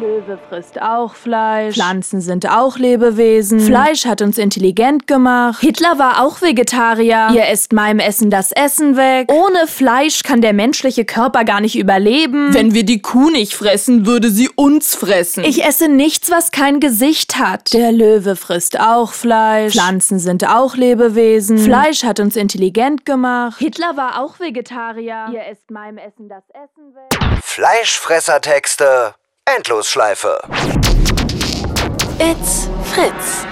Löwe frisst auch Fleisch. Pflanzen sind auch Lebewesen. Fleisch hat uns intelligent gemacht. Hitler war auch Vegetarier. Ihr esst meinem Essen das Essen weg. Ohne Fleisch kann der menschliche Körper gar nicht überleben. Wenn wir die Kuh nicht fressen, würde sie uns fressen. Ich esse nichts, was kein Gesicht hat. Der Löwe frisst auch Fleisch. Pflanzen sind auch Lebewesen. Fleisch hat uns intelligent gemacht. Hitler war auch Vegetarier. Ihr esst meinem Essen das Essen weg. Fleischfressertexte. Endlosschleife. It's Fritz.